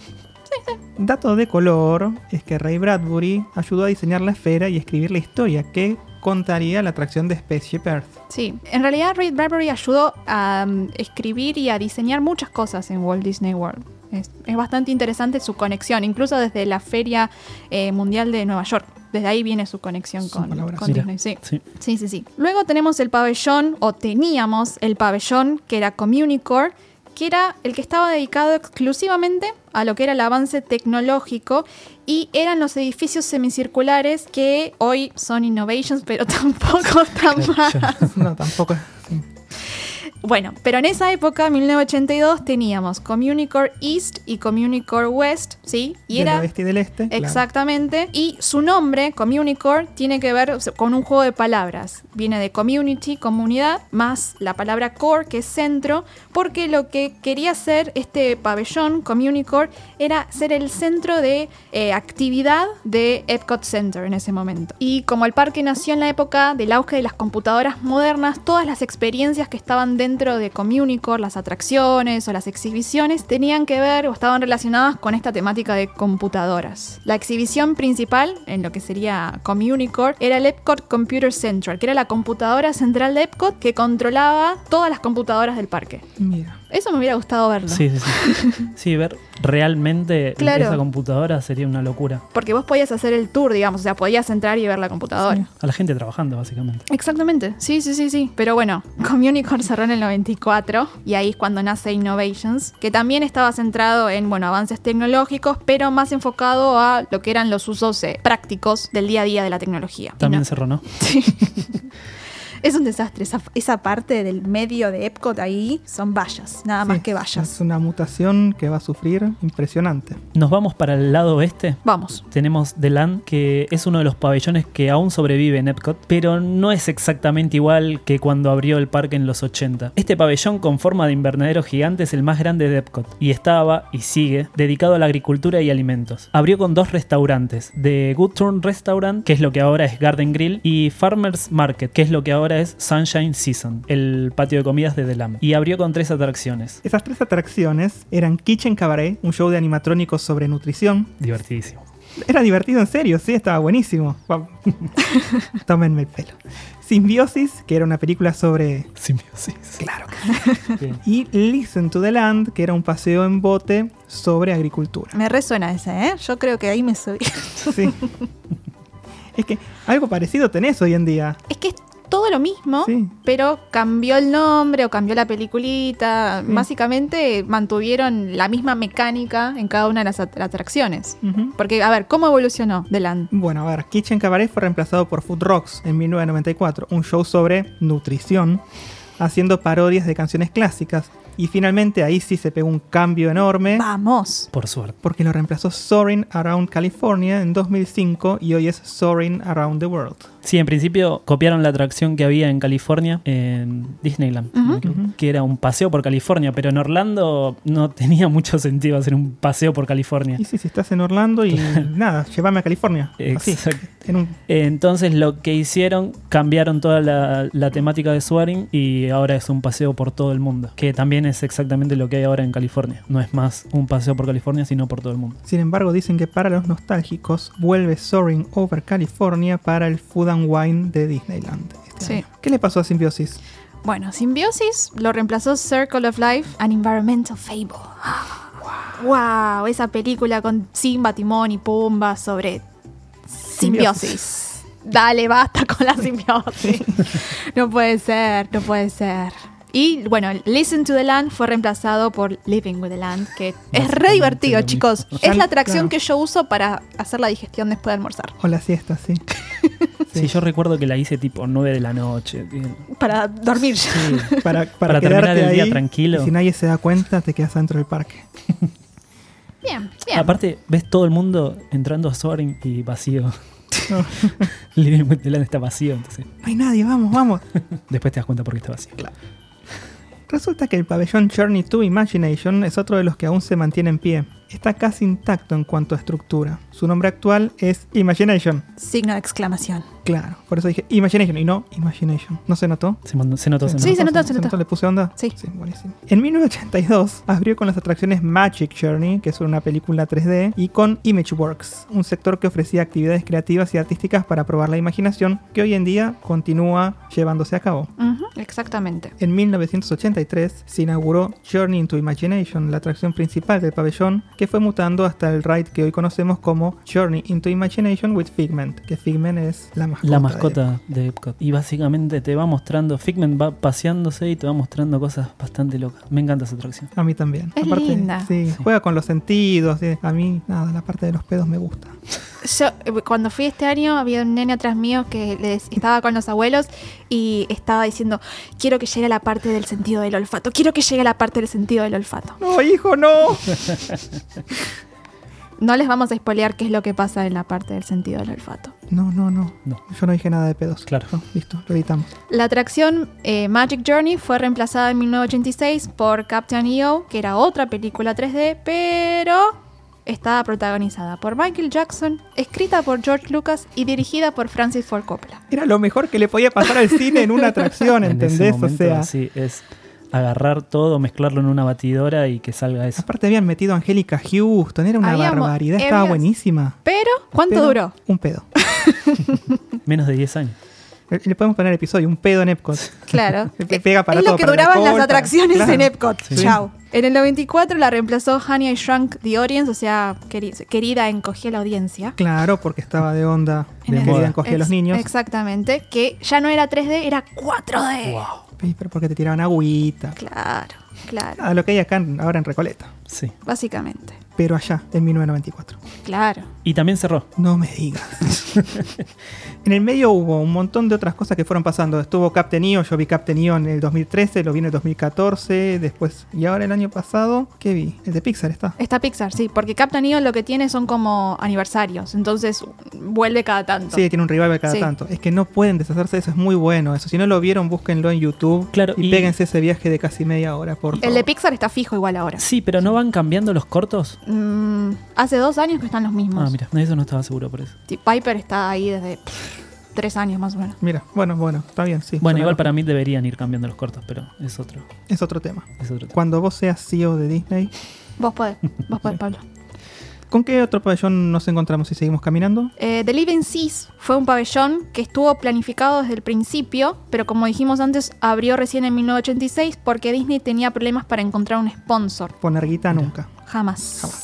Dato de color es que Ray Bradbury ayudó a diseñar la esfera y escribir la historia que contaría la atracción de Spaceship Earth.
Sí, en realidad Ray Bradbury ayudó a mm, escribir y a diseñar muchas cosas en Walt Disney World. Es, es bastante interesante su conexión, incluso desde la Feria eh, Mundial de Nueva York. Desde ahí viene su conexión
Su
con,
colaboración.
con
Mira.
Disney. Sí.
Sí. eh,
sí, sí, sí. Luego tenemos el pabellón, o teníamos el pabellón que era Communicore, que era el que estaba dedicado exclusivamente a lo que era el avance tecnológico y eran los edificios semicirculares que hoy son innovations, pero tampoco están
Claro, ya.
No, tampoco. sí.
bueno, pero en esa época, 1982, teníamos Communicore East y Communicore West, ¿sí? Y
Del
era...
oeste y del este. claro.
Exactamente. Y su nombre, Communicore, tiene que ver o sea, con un juego de palabras. Viene de community, comunidad, más la palabra core, que es centro, porque lo que quería hacer este pabellón, Communicore, era ser el centro de eh, actividad de Epcot Center en ese momento. Y como el parque nació en la época del auge de las computadoras modernas, todas las experiencias que estaban dentro de Communicore, las atracciones o las exhibiciones, tenían que ver o estaban relacionadas con esta temática de computadoras. La exhibición principal, en lo que sería Communicore, era el Epcot Computer Central, que era la computadora central de Epcot que controlaba todas las computadoras del parque.
Mira.
Eso me hubiera gustado verlo.
Sí, sí, sí. Sí, ver realmente
Claro.
esa computadora sería una locura.
Porque vos podías hacer el tour, digamos, o sea, podías entrar y ver la computadora.
A la gente trabajando, básicamente.
Exactamente, sí, sí, sí, sí. Pero bueno, Communicorn cerró en el 94 y ahí es cuando nace Innovations, que también estaba centrado en, bueno, avances tecnológicos, pero más enfocado a lo que eran los usos eh, prácticos del día a día de la tecnología. Y
También
no-
cerró, ¿no?
es un desastre, esa, esa parte del medio de Epcot ahí son vallas, nada más
Sí,
que vallas.
Es una mutación que va a sufrir impresionante.
Nos vamos para el lado oeste.
Vamos.
Tenemos The Land, que es uno de los pabellones que aún sobrevive en Epcot, pero no es exactamente igual que cuando abrió el parque en los 80. Este pabellón con forma de invernadero gigante es el más grande de Epcot y estaba y sigue dedicado a la agricultura y alimentos. Abrió con dos restaurantes, The Good Turn Restaurant, que es lo que ahora es Garden Grill, y Farmers Market, que es lo que ahora es Sunshine Season, el patio de comidas de The Land. Y abrió con tres atracciones.
Esas tres atracciones eran Kitchen Cabaret, un show de animatrónicos sobre nutrición.
Divertidísimo.
Era divertido en serio, sí, estaba buenísimo. Guau. Tómenme el pelo. Simbiosis, que era una película sobre...
Simbiosis.
Claro.
Bien.
Y Listen to the Land, que era un paseo en bote sobre agricultura.
Me resuena esa, ¿eh? Yo creo que ahí me subí.
Sí. es que algo parecido tenés hoy en día.
Es que es todo lo mismo,
Sí.
pero cambió el nombre o cambió la peliculita.
Sí.
Básicamente mantuvieron la misma mecánica en cada una de las at- atracciones.
Ujú.
Porque, a ver, ¿cómo evolucionó The Land?
Bueno, a ver, Kitchen Cabaret fue reemplazado por Food Rocks en 1994, un show sobre nutrición, haciendo parodias de canciones clásicas. Y finalmente ahí sí se pegó un cambio enorme,
Vamos.
Por suerte.
porque lo reemplazó Soaring Around California en 2005 y hoy es Soaring Around the World.
Sí, en principio copiaron la atracción que había en California, en Disneyland, si no me equivoco, que era un paseo por California, pero en Orlando no tenía mucho sentido hacer un paseo por California.
Y sí, si estás en Orlando y nada, llévame a California. Así,
Exacto.
en un-
Entonces lo que hicieron, cambiaron toda la, la temática de Swearing y ahora es un paseo por todo el mundo, que también es exactamente lo que hay ahora en California. No es más un paseo por California, sino por todo el mundo.
Sin embargo, dicen que para los nostálgicos vuelve Soaring Over California para el Food and Wine de Disneyland. este
Sí.
año. ¿Qué le pasó a Simbiosis?
Bueno, Symbiosis lo reemplazó Circle of Life, An Environmental Fable. Wow. esa película con Simba, Timón y Pumba sobre simbiosis. Dale, basta con la simbiosis. no puede ser, no puede ser. Y bueno, Listen to the Land fue reemplazado por Living with the Land, que es re
Básicamente
divertido,
lo mismo.
chicos. Es
Claro.
la atracción que yo uso para hacer la digestión después de almorzar,
O la siesta, sí.
Sí, yo recuerdo que la hice tipo 9 de la noche. bien.
para dormir ya.
Sí.
Para, para,
Para terminar
quedarte
el día
ahí,
tranquilo.
y si nadie se da cuenta, te quedas dentro del parque.
Bien, bien.
Aparte, ves todo el mundo entrando a Soaring y vacío. Living with the Land está vacío, entonces
No hay nadie, vamos, vamos.
después te das cuenta por qué está vacío.
Resulta que el pabellón Journey to Imagination es otro de los que aún se mantiene en pie. Está casi intacto en cuanto a estructura. Su nombre actual es Imagination.
Signo de exclamación.
Claro, por eso dije Imagination y no Imagination. ¿No se notó?
Se, mandó- se notó, se
Sí,
notó.
se notó, se notó.
¿Le puse onda?
Sí.
buenísimo. En 1982 abrió con las atracciones Magic Journey, que es una película 3D, y con Imageworks, un sector que ofrecía actividades creativas y artísticas para probar la imaginación, que hoy en día continúa llevándose a cabo.
Ujú, exactamente.
En 1983 se inauguró Journey into Imagination, la atracción principal del pabellón, que fue mutando hasta el ride que hoy conocemos como Journey into Imagination with Figment, que Figment es la mascota.
La
de-
mascota
eh.
de Epcot. Y básicamente te va mostrando, Figment va paseándose y te va mostrando cosas bastante locas. Me encanta esa atracción.
A mí también.
Es linda.
Sí,
Sí.
juega con los sentidos. sí. A mí, nada, la parte de los pedos me gusta.
Yo, eh, cuando fui este año, había un nene atrás mío que les- estaba con los abuelos y estaba diciendo, quiero que llegue a la parte del sentido del olfato, quiero que llegue a la parte del sentido del olfato.
¡No, hijo, no!
No les vamos a spoilear qué es lo que pasa en la parte del sentido del olfato.
No, no, no.
No.
Yo no dije nada de pedos.
Claro.
No, listo, lo editamos.
La atracción eh, Magic Journey fue reemplazada en 1986 por Captain EO, que era otra película 3D, pero estaba protagonizada por Michael Jackson, escrita por George Lucas y dirigida por Francis Ford Coppola.
Era lo mejor que le podía pasar al cine en una atracción,
En ese
¿entendés? o
momento,
sea,
sí, es agarrar todo, mezclarlo en una batidora y que salga eso.
aparte habían metido a Angélica Houston. Era una
Habíamos-
barbaridad. Estaba
habías-
buenísima.
Pero, ¿cuánto
Pero,
duró?
Un pedo.
Menos de 10 años.
Le le podemos poner episodio, un pedo en Epcot.
Claro. Eh,
Pe- pega para
es
todo,
lo que
para la
duraban las
cola,
atracciones
claro.
en Epcot.
Sí.
Chao. En el 94 la reemplazó Honey, I Shrunk the Audience, o sea, queri- querida, encogí a la audiencia.
Claro, porque estaba de onda.
En
De
el-
querida encogí a los
Ex-
niños.
Exactamente, que ya no era 3D, era 4D.
Pero porque te tiraban agüita.
Claro, claro,
A lo que hay acá en- ahora en Recoleta.
Sí.
básicamente.
pero allá, en 1994.
Claro.
Y también cerró.
No me digas. en el medio hubo un montón de otras cosas que fueron pasando. Estuvo Captain EO, yo vi Captain EO en el 2013, lo vi en el 2014, después. Y ahora el año pasado, ¿qué vi? El de Pixar está.
Está Pixar, sí, porque Captain EO lo que tiene son como aniversarios, entonces vuelve cada tanto.
Sí, tiene un revival cada
Sí.
tanto. Es que no pueden deshacerse de eso, es muy bueno eso. Si no lo vieron, búsquenlo en YouTube
Claro,
y,
y-
péguense ese viaje de casi media hora, por
El de
favor.
Pixar está fijo igual ahora.
Sí, pero no van cambiando los cortos.
Mm, hace dos años que están los mismos.
Ah, mira, no, eso no estaba seguro por eso.
Sí, Piper está ahí desde pff, tres años más o menos.
Mira, bueno, bueno, está bien, sí.
Bueno,
Yo
igual
la-
para mí deberían ir cambiando los cortos, pero es otro.
Es otro tema.
Es otro tema.
Cuando vos seas CEO de Disney,
Vos podés, vos podés, Pablo.
¿con qué otro pabellón nos encontramos si seguimos caminando?
Eh, The Living Seas fue un pabellón que estuvo planificado desde el principio, pero como dijimos antes, abrió recién en 1986 porque Disney tenía problemas para encontrar un sponsor.
Poner guita nunca.
Jamás.
Jamás.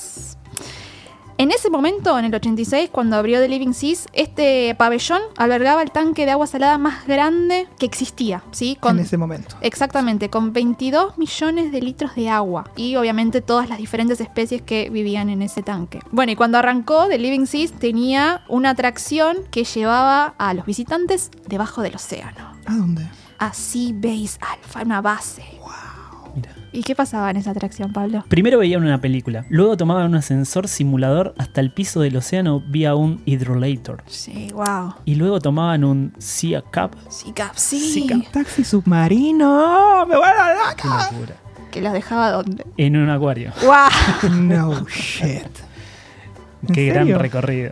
En ese momento, en el 86, cuando abrió The Living Seas, este pabellón albergaba el tanque de agua salada más grande que existía, ¿sí? Con-
en ese momento.
Exactamente, con 22 millones de litros de agua y obviamente todas las diferentes especies que vivían en ese tanque. Bueno, y cuando arrancó The Living Seas tenía una atracción que llevaba a los visitantes debajo del océano,
¿A dónde?
a Sea Base Alpha, una base.
Mira.
¿Y qué pasaba en esa atracción, Pablo?
Primero veían una película, luego tomaban un ascensor simulador hasta el piso del océano vía un hydrolator.
Sí, wow.
Y luego tomaban un Sea Cup.
Sí, Cap, sí.
Taxi submarino. Me voy a la
Qué locura.
Que los dejaba donde.
En un acuario.
¡Wow!
No shit. ¿En
Qué gran
serio?
recorrido.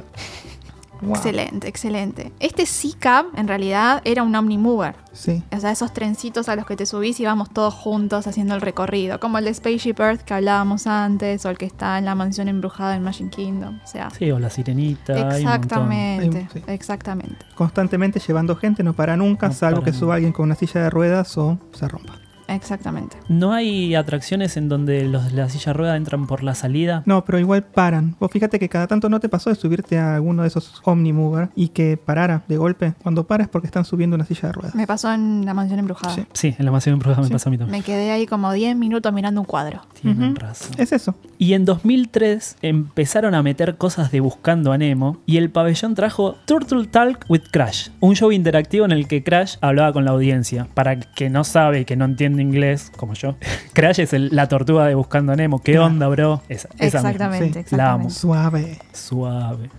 Wow.
Excelente, excelente. Este C-Cab en realidad era un Omnimover.
Sí.
O sea, esos trencitos a los que te subís y vamos todos juntos haciendo el recorrido. Como el de Spaceship Earth que hablábamos antes, o el que está en la mansión embrujada en Magic Kingdom. O sea,
Sí, o la sirenita. hay un montón.
Hay
exactamente,
un- sí.
exactamente.
Constantemente llevando gente, no para nunca,
No
salvo
para
que
nunca.
suba alguien con una silla de ruedas o se rompa.
Exactamente.
No hay atracciones en donde los, la silla rueda entran por la salida.
No, pero igual paran. Vos fíjate que cada tanto no te pasó de subirte a alguno de esos Omnimover y que parara de golpe. Cuando paras porque están subiendo una silla de ruedas.
Me pasó en la mansión embrujada.
Sí.
Sí, en la mansión en programa
Sí.
me pasó a mí también.
Me quedé ahí como 10 minutos mirando un cuadro.
Tienen
Ujú.
razón.
Es eso.
Y en 2003 empezaron a meter cosas de Buscando a Nemo y el pabellón trajo Turtle Talk with Crash, un show interactivo en el que Crash hablaba con la audiencia. Para el que no sabe y que no entiende inglés, como yo, Crash es el- la tortuga de Buscando a Nemo. ¿Qué onda, bro? Esa, esa misma.
exactamente,
Sí,
exactamente.
la amo.
Suave.
Suave.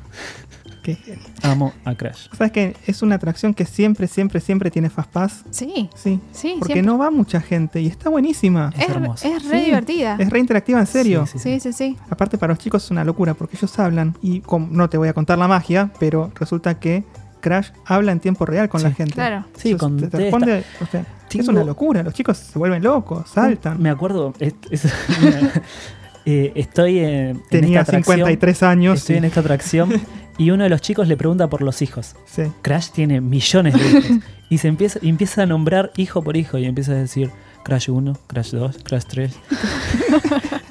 Qué genio.
Amo a Crash.
Sabes que es una atracción que siempre, siempre, siempre tiene Fastpass.
Sí,
Sí.
sí,
Porque
siempre.
no va mucha gente y está buenísima.
Es hermosa.
es re
Sí.
divertida.
Es re interactiva, en serio.
Sí, sí, sí.
Sí, sí, sí.
Aparte para los chicos es una locura porque ellos hablan y como- no te voy a contar la magia, pero resulta que Crash habla en tiempo real con
Sí.
la gente.
Claro.
Sí,
Entonces,
contesta.
te- te responde, o sea, es
Tengo-
una locura, los chicos se vuelven locos, saltan.
Me acuerdo. es- es- eh, estoy eh, en.
Tenía
esta atracción,
53 años.
Estoy en esta atracción y uno de los chicos le pregunta por los hijos.
Sí.
Crash tiene millones de hijos. Y se empieza, y empieza a nombrar hijo por hijo. Y empieza a decir Crash 1, Crash 2, Crash 3.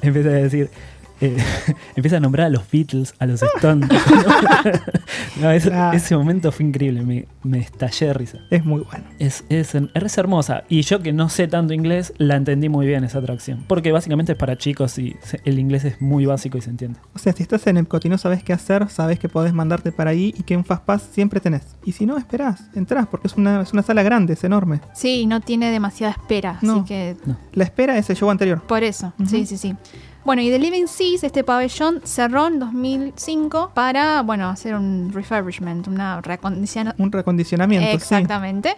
empieza a decir. eh, empieza a nombrar a los Beatles, a los Stones. No, es-
Claro.
Ese momento fue increíble. Me, me estallé de risa.
Es muy bueno.
Es, es, es hermosa. Y yo que no sé tanto inglés, la entendí muy bien esa atracción. Porque básicamente es para chicos y se- el inglés es muy básico y se entiende.
O sea, si estás en Epcot y no sabes qué hacer, sabes que podés mandarte para ahí y que un Fastpass siempre tenés. Y si no, esperás, entrás, porque es una, es una sala grande, es enorme.
Sí, no tiene demasiada espera,
No.
así que
La espera es el show anterior.
Por eso,
Ujú.
sí, sí, sí. Bueno, y The Living Seas, este pabellón, cerró en 2005 para, bueno, hacer un refurbishment, una recondición.
Un recondicionamiento. sí.
Exactamente.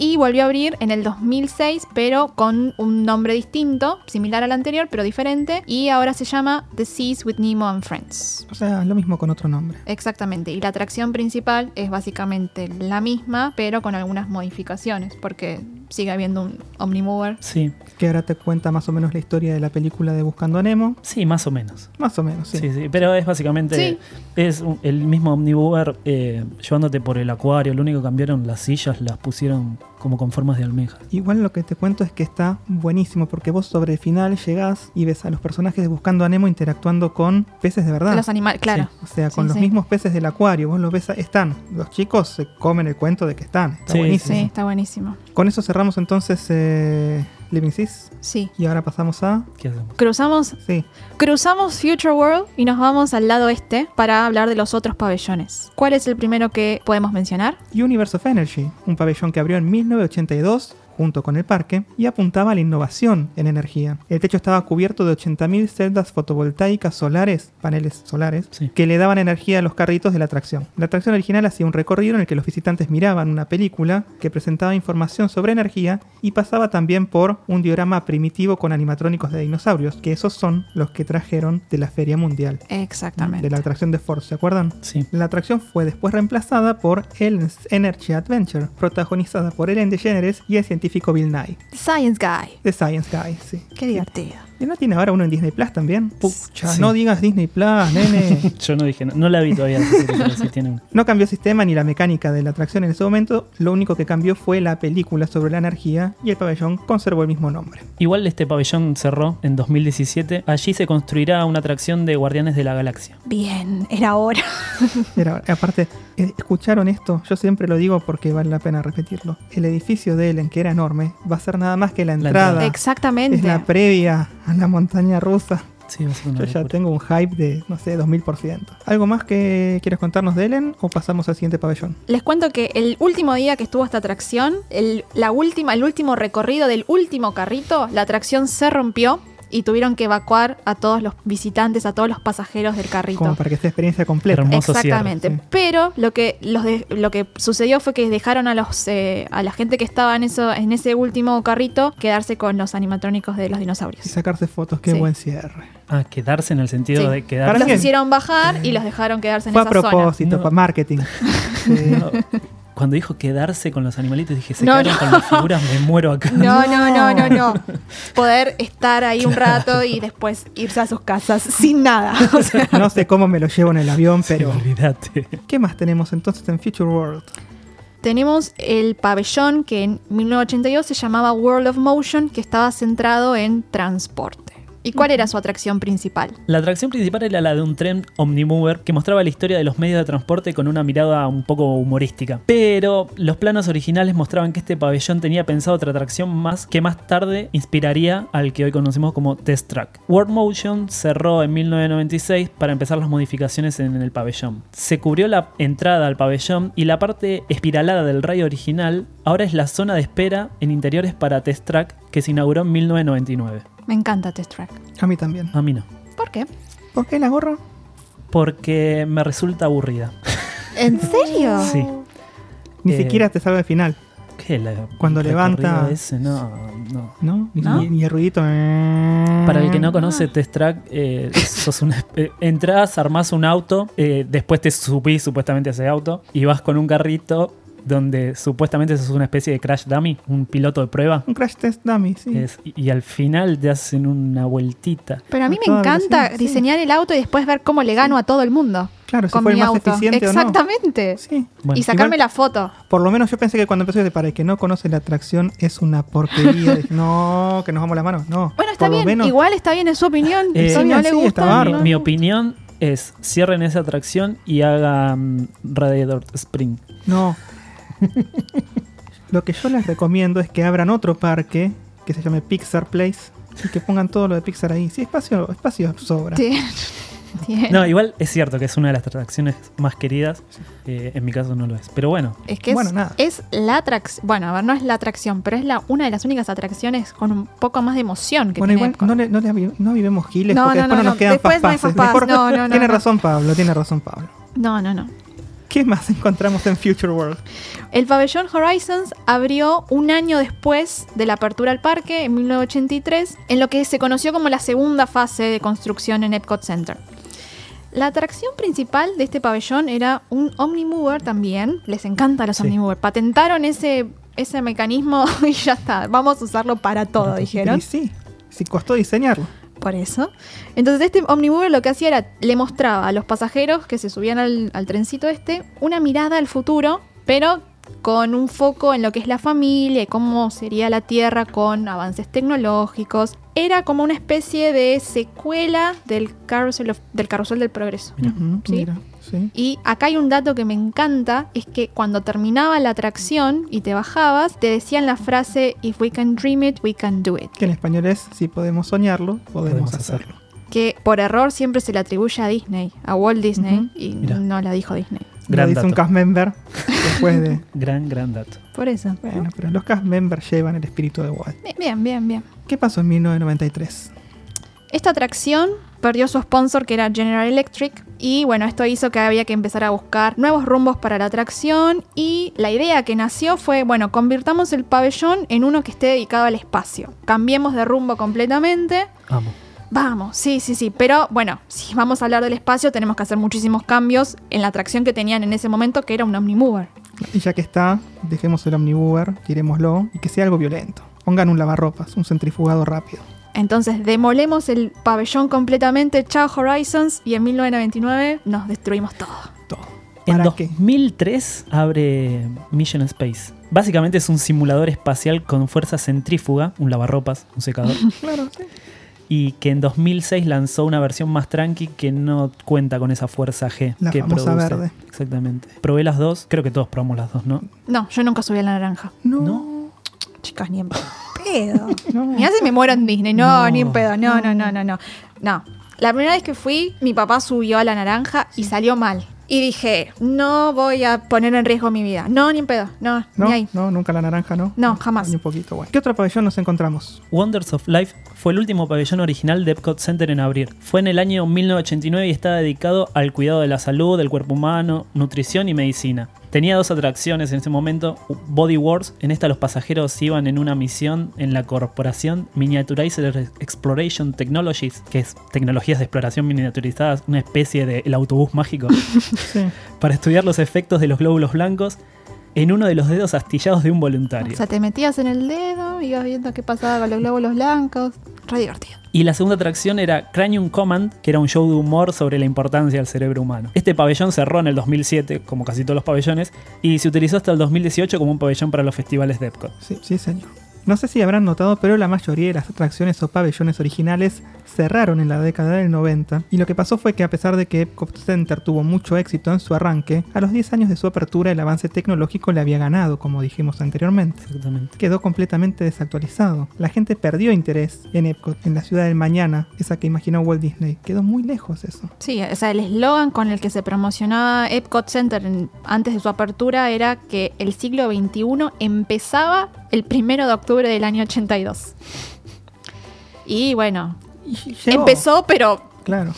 Y volvió a abrir en el 2006, pero con un nombre distinto, similar al anterior, pero diferente. Y ahora se llama The Seas with Nemo and Friends.
O sea, lo mismo con otro nombre.
Exactamente, y la atracción principal es básicamente la misma, pero con algunas modificaciones, porque sigue habiendo un Omnimover.
Sí,
Que ahora te cuenta más o menos la historia de la película de Buscando a Nemo.
sí, más o menos.
Más o menos, sí.
Sí, sí, pero es básicamente
Sí.
es un- el mismo Omnibover eh, llevándote por el acuario. Lo único que cambiaron las sillas, las pusieron como con formas de almejas.
Igual lo que te cuento es que está buenísimo porque vos sobre el final llegás y ves a los personajes de Buscando a Nemo interactuando con peces de verdad.
Los animales, claro.
O sea,
Sí,
con los
sí.
mismos peces del acuario, vos los ves, están. Los chicos se comen el cuento de que están. Está
Sí,
buenísimo.
Sí, está buenísimo.
Con eso cerramos entonces eh, Living Seas
Sí.
y ahora pasamos a...
¿Qué hacemos?
Cruzamos,
Sí,
cruzamos Future World y nos vamos al lado este para hablar de los otros pabellones. ¿Cuál es el primero que podemos mencionar?
Universe of Energy, un pabellón que abrió en 1982 junto con el parque y apuntaba a la innovación en energía. El techo estaba cubierto de 80.000 celdas fotovoltaicas solares, paneles solares,
Sí.
que le daban energía a los carritos de la atracción. La atracción original hacía un recorrido en el que los visitantes miraban una película que presentaba información sobre energía y pasaba también por un diorama primitivo con animatrónicos de dinosaurios, que esos son los que trajeron de la Feria Mundial, de
Exactamente.
la atracción de Ford, ¿se acuerdan?
Sí.
La atracción fue después reemplazada por Ellen's Energy Adventure, protagonizada por Ellen DeGeneres y el científico científico Bill Nye.
Science Guy.
The Science Guy, sí.
Qué divertido.
¿Y no tiene ahora uno en Disney Plus también? Pucha,
Sí.
no digas Disney Plus, nene.
Yo no dije, no, no la vi todavía. así que pero sí tienen-
No cambió el sistema ni la mecánica de la atracción en ese momento, lo único que cambió fue la película sobre la energía y el pabellón conservó el mismo nombre.
Igual este pabellón cerró en 2017. Allí se construirá una atracción de Guardianes de la Galaxia.
Bien, era hora.
Era- aparte, eh, ¿escucharon esto? Yo siempre lo digo porque vale la pena repetirlo. El edificio de Ellen, que era enorme, va a ser nada más que la
entrada.
entrada.
Exactamente.
Ah, Es la previa a la montaña rusa.
Sí, va a ser una
Yo ya
locura.
tengo un hype de, no sé, 2000%. ¿Algo más que quieras contarnos de Ellen o pasamos al siguiente pabellón?
Les cuento que el último día que estuvo esta atracción, el, la última, el último recorrido del último carrito, la atracción se rompió y tuvieron que evacuar a todos los visitantes, a todos los pasajeros del
Como
carrito.
para que sea experiencia completa.
Hermoso. Hermoso cierre,
Exactamente.
sí.
Pero lo que los de- lo que sucedió fue que dejaron a los eh, a la gente que estaba en eso en ese último carrito quedarse con los animatrónicos de los
Y
dinosaurios.
sacarse fotos, qué
Sí.
buen cierre.
Ah, quedarse en el sentido
Sí.
de quedarse.
Para
Los
mí-
hicieron bajar y los dejaron quedarse en
Fue a
esa zona.
propósito,
No.
para marketing. Eh, Sí.
No, Cuando dijo quedarse con los animalitos, dije, se
No,
quedaron
no.
con las figuras, me muero acá.
No, no, no, no, no. Poder estar ahí un rato y después irse a sus casas sin nada. O sea,
No sé cómo me lo llevo en el avión, pero...
Olvídate.
¿Qué más tenemos entonces en Future World?
Tenemos el pabellón que en 1982 se llamaba World of Motion, que estaba centrado en transporte. ¿Y cuál era su atracción principal?
La atracción principal era la de un tren Omnimover que mostraba la historia de los medios de transporte con una mirada un poco humorística. Pero los planos originales mostraban que este pabellón tenía pensado otra atracción más que más tarde inspiraría al que hoy conocemos como Test Track. World Motion cerró en 1996 para empezar las modificaciones en el pabellón. Se cubrió la entrada al pabellón y la parte espiralada del rayo original ahora es la zona de espera en interiores para Test Track que se inauguró en 1999.
Me encanta Test Track.
A mí también.
A mí no.
¿Por qué?
¿Por qué la gorra?
Porque me resulta aburrida.
¿En serio?
Sí.
Ni
Eh,
siquiera te salva el final,
¿Qué la-
Cuando
el recorrido
levanta-
ese? No, no.
¿no? Ni,
¿No?
ni- ni el ruidito.
Para el que no conoce Test Track, eh, sos una- eh, entrás, armás un auto, eh, después te subís supuestamente a ese auto y vas con un carrito donde supuestamente sos una especie de crash dummy, un piloto de prueba.
Un crash test dummy, sí.
Es- y, y al final te hacen una vueltita.
Pero a mí
A
me
toda
encanta
velocidad, sí.
diseñar el auto y después ver cómo le gano a todo el mundo.
Claro, si
con
fue el
mi
más
auto.
eficiente o no.
Exactamente.
Sí.
Bueno,
y sacarme
igual-
la foto.
Por lo menos yo pensé que cuando empezó dije, para el que no conoce la atracción es una porquería. Dije, no, que nos vamos la mano. No.
Bueno, está
Por lo
bien.
menos-
Igual está bien, en su opinión.
Eh,
si
está
no
bien,
le
sí, está
gusta.
bárbaro.
no.
mi opinión es cierren esa atracción y hagan Radiator Sprint.
No. lo que yo les recomiendo es que abran otro parque que se llame Pixar Place y que pongan todo lo de Pixar ahí. Sí, espacio, espacio sobra.
Bien. Bien.
No, igual es cierto que es una de las atracciones más queridas. Eh, en mi caso no lo es. Pero bueno,
Es que es-
Bueno, nada.
es, la atracción. Bueno, a ver, no es la atracción, pero es la una de las únicas atracciones con un poco más de emoción que
Bueno,
tiene
igual
Epcot.
no, le, no, le avi- no avivemos giles
No,
porque
no,
después no,
no,
nos
no.
quedan
Después no hay
faspases. Mejor-
faspas. No, no, no,
tiene
no.
razón Pablo, tiene razón Pablo.
no, no, no.
¿Qué más encontramos en Future World?
El pabellón Horizons abrió un año después de la apertura al parque, en 1983, en lo que se conoció como la segunda fase de construcción en Epcot Center. La atracción principal de este pabellón era un Omnimover también. Les encanta los
Sí.
Omnimover. Patentaron ese, ese mecanismo y ya está. Vamos a usarlo para todo, dijeron.
Y sí, sí costó diseñarlo.
Por eso. Entonces este Omnimover lo que hacía era, le mostraba a los pasajeros que se subían al, al trencito este una mirada al futuro, pero con un foco en lo que es la familia y cómo sería la Tierra con avances tecnológicos. Era como una especie de secuela del Carrusel, of- del, carrusel del Progreso.
Mira.
Ujú,
Sí.
mira, sí.
Y acá hay un dato que me encanta, es que cuando terminaba la atracción y te bajabas, te decían la frase, If we can dream it, we can do it.
Que en español es, si podemos soñarlo, podemos,
Podemos
hacerlo.
que por error siempre se le atribuye a Disney, a Walt Disney,
Ujú.
y
Mirá.
no la dijo Disney.
Lo
Gran
dice un
dato.
cast member después de...
gran, gran dato.
Por eso.
Bueno, pero los cast members llevan el espíritu de Walt.
Bien, Bien, bien, bien.
¿Qué pasó en 1993?
Esta atracción perdió su sponsor que era General Electric y bueno, esto hizo que había que empezar a buscar nuevos rumbos para la atracción y la idea que nació fue, bueno, convirtamos el pabellón en uno que esté dedicado al espacio. Cambiemos de rumbo completamente
Amo.
Vamos, sí, sí, sí. Pero bueno, si vamos a hablar del espacio, tenemos que hacer muchísimos cambios en la atracción que tenían en ese momento, que era un Omnimover.
Y ya que está, dejemos el Omnibuber, tirémoslo y que sea algo violento. Pongan un lavarropas, un centrifugado rápido.
Entonces demolemos el pabellón completamente, chao Horizons, y en 1999 nos destruimos todo.
Todo.
En
¿Para qué?
2003 abre Mission Space. Básicamente es un simulador espacial con fuerza centrífuga, un lavarropas, un secador,
Claro, sí.
y que en 2006 lanzó una versión más tranqui que no cuenta con esa fuerza G
La
que
famosa
produce.
verde.
Exactamente. Probé las dos, creo que todos probamos las dos, ¿no?
No, yo nunca subí a la naranja.
No.
No.
Chicas, ni en pedo.
no.
Mirá si me muero en Disney. No,
No.
ni en pedo. No, no, no, no, no. No. La primera vez que fui, mi papá subió a la naranja y salió mal. Y dije, no voy a poner en riesgo mi vida. No, ni en pedo. No,
No,
ni ahí.
no, nunca la naranja, ¿no?
No, jamás.
Ni un poquito, bueno. ¿Qué otro pabellón nos encontramos?
Wonders of Life fue el último pabellón original de Epcot Center en abrir. Fue en el año 1989 y estaba dedicado al cuidado de la salud, del cuerpo humano, nutrición y medicina. Tenía dos atracciones en ese momento, Body Wars, en esta los pasajeros iban en una misión en la corporación Miniaturizer Exploration Technologies, que es tecnologías de exploración miniaturizadas, una especie de el autobús mágico
Sí.
para estudiar los efectos de los glóbulos blancos en uno de los dedos astillados de un voluntario.
O sea, te metías en el dedo, ibas viendo qué pasaba con los glóbulos blancos. Re divertido.
Y la segunda atracción era Cranium Command, que era un show de humor sobre la importancia del cerebro humano. Este pabellón cerró en el 2007, como casi todos los pabellones, y se utilizó hasta el 2018 como un pabellón para los festivales de Epcot.
Sí, sí, señor. No sé si habrán notado, pero la mayoría de las atracciones o pabellones originales cerraron en la década del 90. Y lo que pasó fue que a pesar de que Epcot Center tuvo mucho éxito en su arranque, a los 10 años de su apertura el avance tecnológico le había ganado, como dijimos anteriormente.
Exactamente.
Quedó completamente desactualizado. La gente perdió interés en Epcot, en la ciudad del mañana, esa que imaginó Walt Disney. Quedó muy lejos eso.
Sí, o sea, el eslogan con el que se promocionaba Epcot Center en- antes de su apertura era que el siglo XXI empezaba el primero de octubre del año 82. Y bueno,
Y llegó.
empezó, pero
Claro.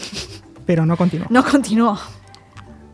Pero no continuó.
no continuó.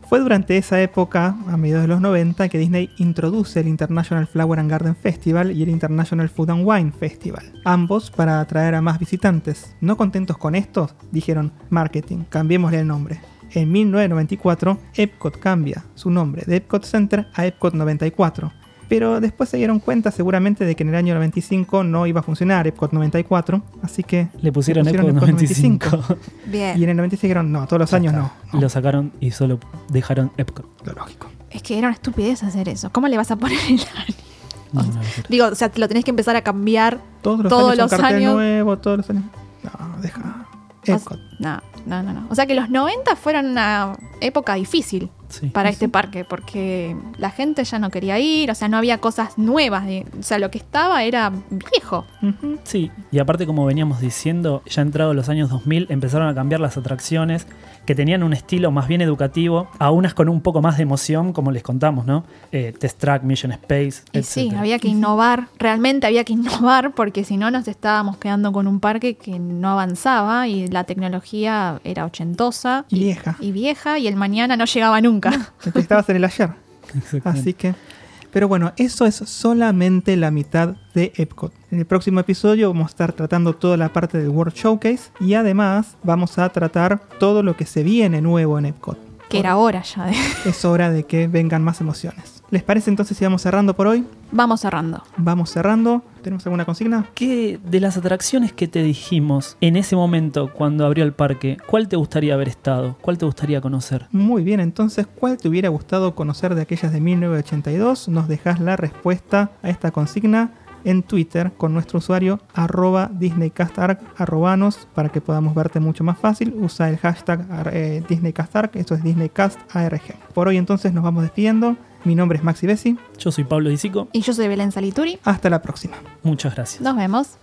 Fue durante esa época, a mediados de los 90, que Disney introduce el International Flower and Garden Festival y el International Food and Wine Festival, ambos para atraer a más visitantes. No contentos con estos, dijeron, marketing, cambiémosle el nombre. En 1994, Epcot cambia su nombre de Epcot Center a Epcot 94. Pero después se dieron cuenta seguramente de que en el año 95 no iba a funcionar Epcot 94, así que
Le pusieron,
pusieron
Epcot
Epcot
95.
y
Bien.
en el 96 dijeron, no, todos los años no. no,
Lo sacaron y solo dejaron Epcot.
lo lógico.
Es que era una estupidez hacer eso. ¿Cómo le vas a poner el año?
Ah.
No, no, no.
Digo, o sea, te lo tenés que empezar a cambiar.
Todos los
Todos
años
los
un cartel
años.
nuevo, todos los años. No, deja. Epcot.
No, no, no, no. O sea que los 90 fueron una época difícil.
Sí.
para este parque porque la gente ya no quería ir, o sea, no había cosas nuevas, de- o sea, lo que estaba era viejo.
Ujú.
Sí, y aparte como veníamos diciendo, ya entrados los años 2000 empezaron a cambiar las atracciones que tenían un estilo más bien educativo, a unas con un poco más de emoción, como les contamos, ¿no? Eh, Test Track, Mission Space,
Y
etc.
sí, había que innovar, realmente había que innovar porque si no nos estábamos quedando con un parque que no avanzaba y la tecnología era ochentosa
Y vieja.
y vieja y el mañana no llegaba nunca.
Te estabas en el ayer.
Exactamente.
Así que. Pero bueno, eso es solamente la mitad de Epcot. En el próximo episodio vamos a estar tratando toda la parte del World Showcase y además vamos a tratar todo lo que se viene nuevo en Epcot.
Que era hora ya de...
Es hora de que vengan más emociones. ¿Les parece entonces si vamos cerrando por hoy?
Vamos cerrando.
Vamos cerrando. ¿Tenemos alguna consigna?
¿Qué de las atracciones que te dijimos en ese momento cuando abrió el parque, cuál te gustaría haber estado? ¿Cuál te gustaría conocer?
Muy bien, entonces, ¿cuál te hubiera gustado conocer de aquellas de 1982? Nos dejas la respuesta a esta consigna en Twitter con nuestro usuario arroba DisneyCastArc, arrobanos, para que podamos verte mucho más fácil. Usa el hashtag ar- eh, DisneyCastArc, eso es DisneyCastARG. Por hoy entonces nos vamos despidiendo. Mi nombre es Maxi Bessi.
Yo soy Pablo Disico,
Y yo soy Belén Salituri.
Hasta la próxima.
muchas gracias.
Nos vemos.